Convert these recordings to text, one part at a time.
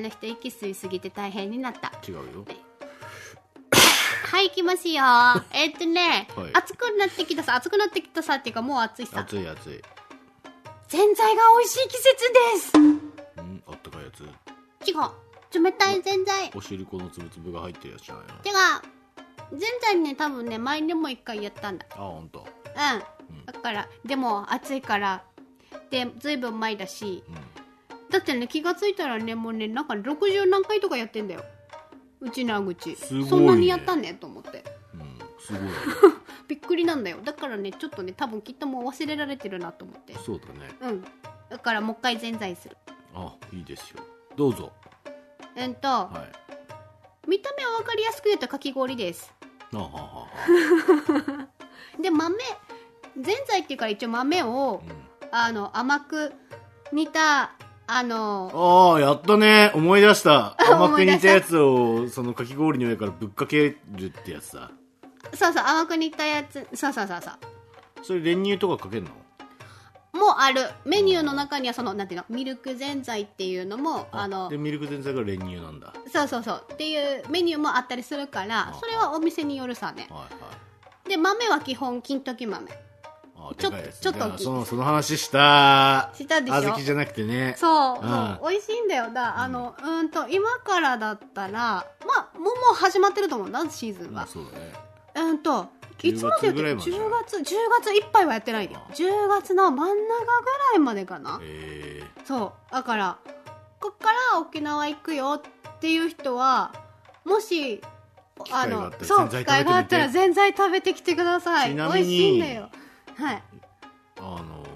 吸いすぎて大変になった違うよはい行きますよえっとね、はい暑くなってきたさ暑くなってきたさっていうかもう暑いさ熱い熱いぜんざいが美味しい季節でうんあったかいやつす違う冷たいぜんざい違うおしるこのつぶつぶが入ってるやつじゃないぜのんざいね多分ね前にも一回やったんだあほんとうん、うんだからでも暑いからでずいぶん前だしうんだってね気がついたらねもうねなんか60何回とかやってんだようちのあぐちすごいねそんなにやったねと思ってうんすごい びっくりなんだよだからねちょっとね多分きっともう忘れられてるなと思ってそうだねうんだからもう一回ぜんざいするあいいですよどうぞうんと、はい見た目は分かりやすく言うとかき氷ですあはあはあはで豆ぜんざいっていうから一応豆あを、うんあの甘く煮たあのああ、やったね。思い出した。甘思くい出した煮たやつを、そのかき氷の上からぶっかけるってやつだ。そうそう甘く煮たやつそうそうそうそうそれ練乳とかかけるのもあるメニューの中にはそのなんていうのミルクぜんざいっていうのもあので、ミルク全体が練乳なんだ。はそうそうそうっていうメニューもあったりするからあそれはお店によるさねいはい。で豆は基本金時豆ああちょでかいやつちょっと大きいだからその、その話した。したでしょ小豆じゃなくてね。そうああそう美味しいんだよだあのうーんと今からだったらまあもうもう始まってると思うなシーズンまあはそうだね。うーんといつまでやってる10 10月月ぐらいま10月いっぱいはやってないでああ10月の真ん中ぐらいまでかなええそうだからこっから沖縄行くよっていう人はもし会があったらそうぜんざい食べて機みて会があったらぜんざい食べてきてくださいち美なみに味しいんだよはいあの、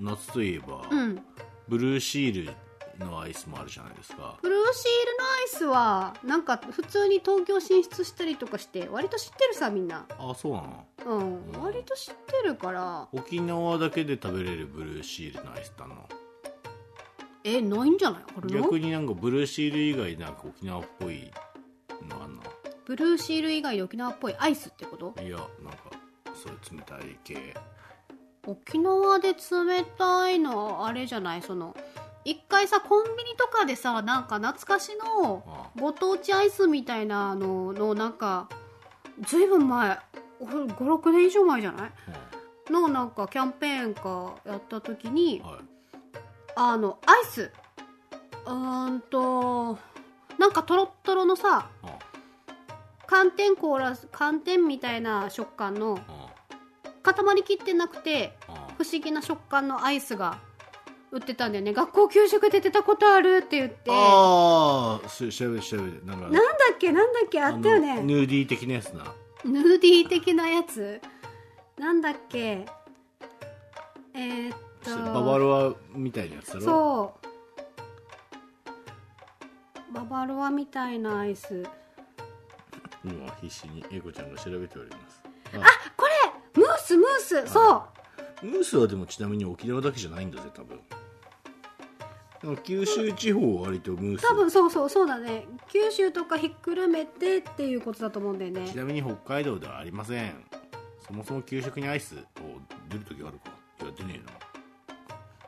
夏といえば、うんブルーシールのアイスもあるじゃないですか。ブルーシールのアイスはなんか普通に東京進出したりとかして割と知ってるさみんなああ、そうなのうんうん割と知ってるから沖縄だけで食べれるブルーシールのアイスってあんのえないんじゃないこれの逆になんかブルーシール以外なんか沖縄っぽいのあんのブルーシール以外で沖縄っぽいアイスってこといやなんかそういう冷たい系沖縄で冷たいのはあれじゃないその一回さコンビニとかでさなんか懐かしのあご当地アイスみたいなののなんかずいぶん前56年以上前じゃないあ、のなんかキャンペーンかやった時にうん、はいあのアイスうーんとなんかとろっとろのさあ寒天凍らす寒天みたいな食感のあ固まりきってなくてあ不思議な食感のアイスが売ってたんだよね学校給食で出たことあるって言ってなああし調べて調べてなんかんだっけなんだっけあったよあのねヌーディー的なやつなヌーディー的なやつなんだっけえーっとババロアみたいなやつだろうそうババロアみたいなアイス今必死に英子ちゃんが調べておりますあこれムースムースそうムースはでもちなみに沖縄だけじゃないんだぜ多分なんか九州地方は割とムース多分そうそうそうだね九州とかひっくるめてっていうことだと思うんだよねちなみに北海道ではありませんそもそも給食にアイスを出る時あるかいや出ねえな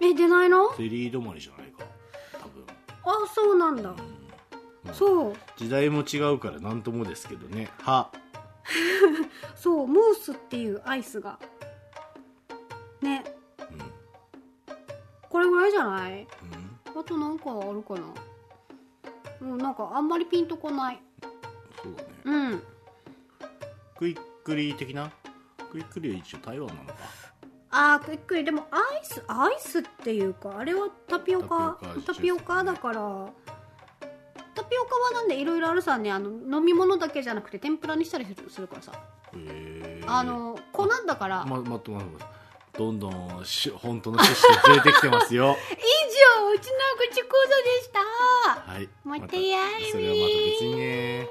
え出ないのゼリー止まりじゃないか多分あそうなんだうんそう時代も違うから何ともですけどねはそうムースっていうアイスがねうん、これぐらいじゃないうん、あとなんかあるかなうんなんかあんまりピンとこないそうだねうんクイックリー的なクイックリーは一応台湾なのかあーびっくりでもアイスアイスっていうかあれはタピオカタタピピオオカカでだすからタピオカはなんでいろいろあるさねあの飲み物だけじゃなくて天ぷらにしたりするするからさへえあの粉だから、ま待って待って待ってどんどんし本当の趣旨がずれてきてますよ以上うちの口講座でしたはい またやいみーそれはまた別にね